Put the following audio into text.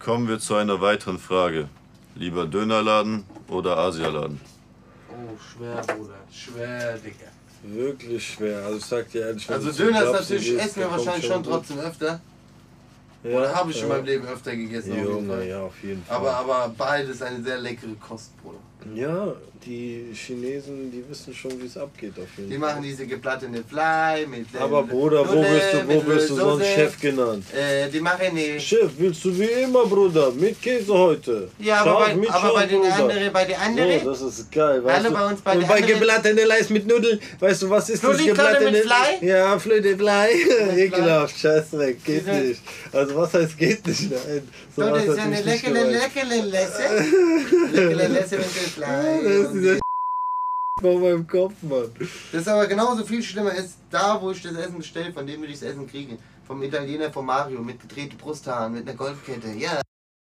Kommen wir zu einer weiteren Frage. Lieber Dönerladen oder Asialaden? Oh, schwer, Bruder. Schwer, Digga. Wirklich schwer. Also ich sag dir ehrlich, wenn Also du zu Döner ist Klapsi natürlich, gehst, essen dann wir kommt wahrscheinlich schon gut. trotzdem öfter. Ja, Oder habe ich in ja. meinem Leben öfter gegessen auf jeden Junge, Fall. ja, auf jeden Fall. Aber, aber beides eine sehr leckere Kost, Bruder. ja, die Chinesen, die wissen schon, wie es abgeht auf jeden Die Fall. machen diese geblattene Fly mit äh, Aber Bruder, wo Nudeln, wirst du, wo mit wirst du sonst Soße. Chef genannt? Äh, die machen die. Chef, willst du wie immer, Bruder, mit Käse heute. Ja, aber, Scharf bei, mit aber bei Scharf, den Bruder. anderen, bei den So, anderen. das ist geil, weißt Alle du? bei uns bei Und der bei anderen- gebratene Leis mit Nudeln, weißt du, was ist das Nudeln, gebratene Nudeln mit Blei? Ja, Flöte Blei. Blei. Ekelhaft, scheiß weg, geht Diese- nicht. Also was heißt geht nicht? Nein. So So, was das hat ist eine mich nicht leckere, gereicht. leckere Lesse. Leckere Lesse mit dem Ja, Das ist dieser Fly. vor meinem Kopf, Mann. Das ist aber genauso viel schlimmer ist, da wo ich das Essen bestelle, von dem will ich das Essen kriegen. Vom Italiener, von Mario, mit gedrehten Brusthaaren, mit einer Golfkette. Ja.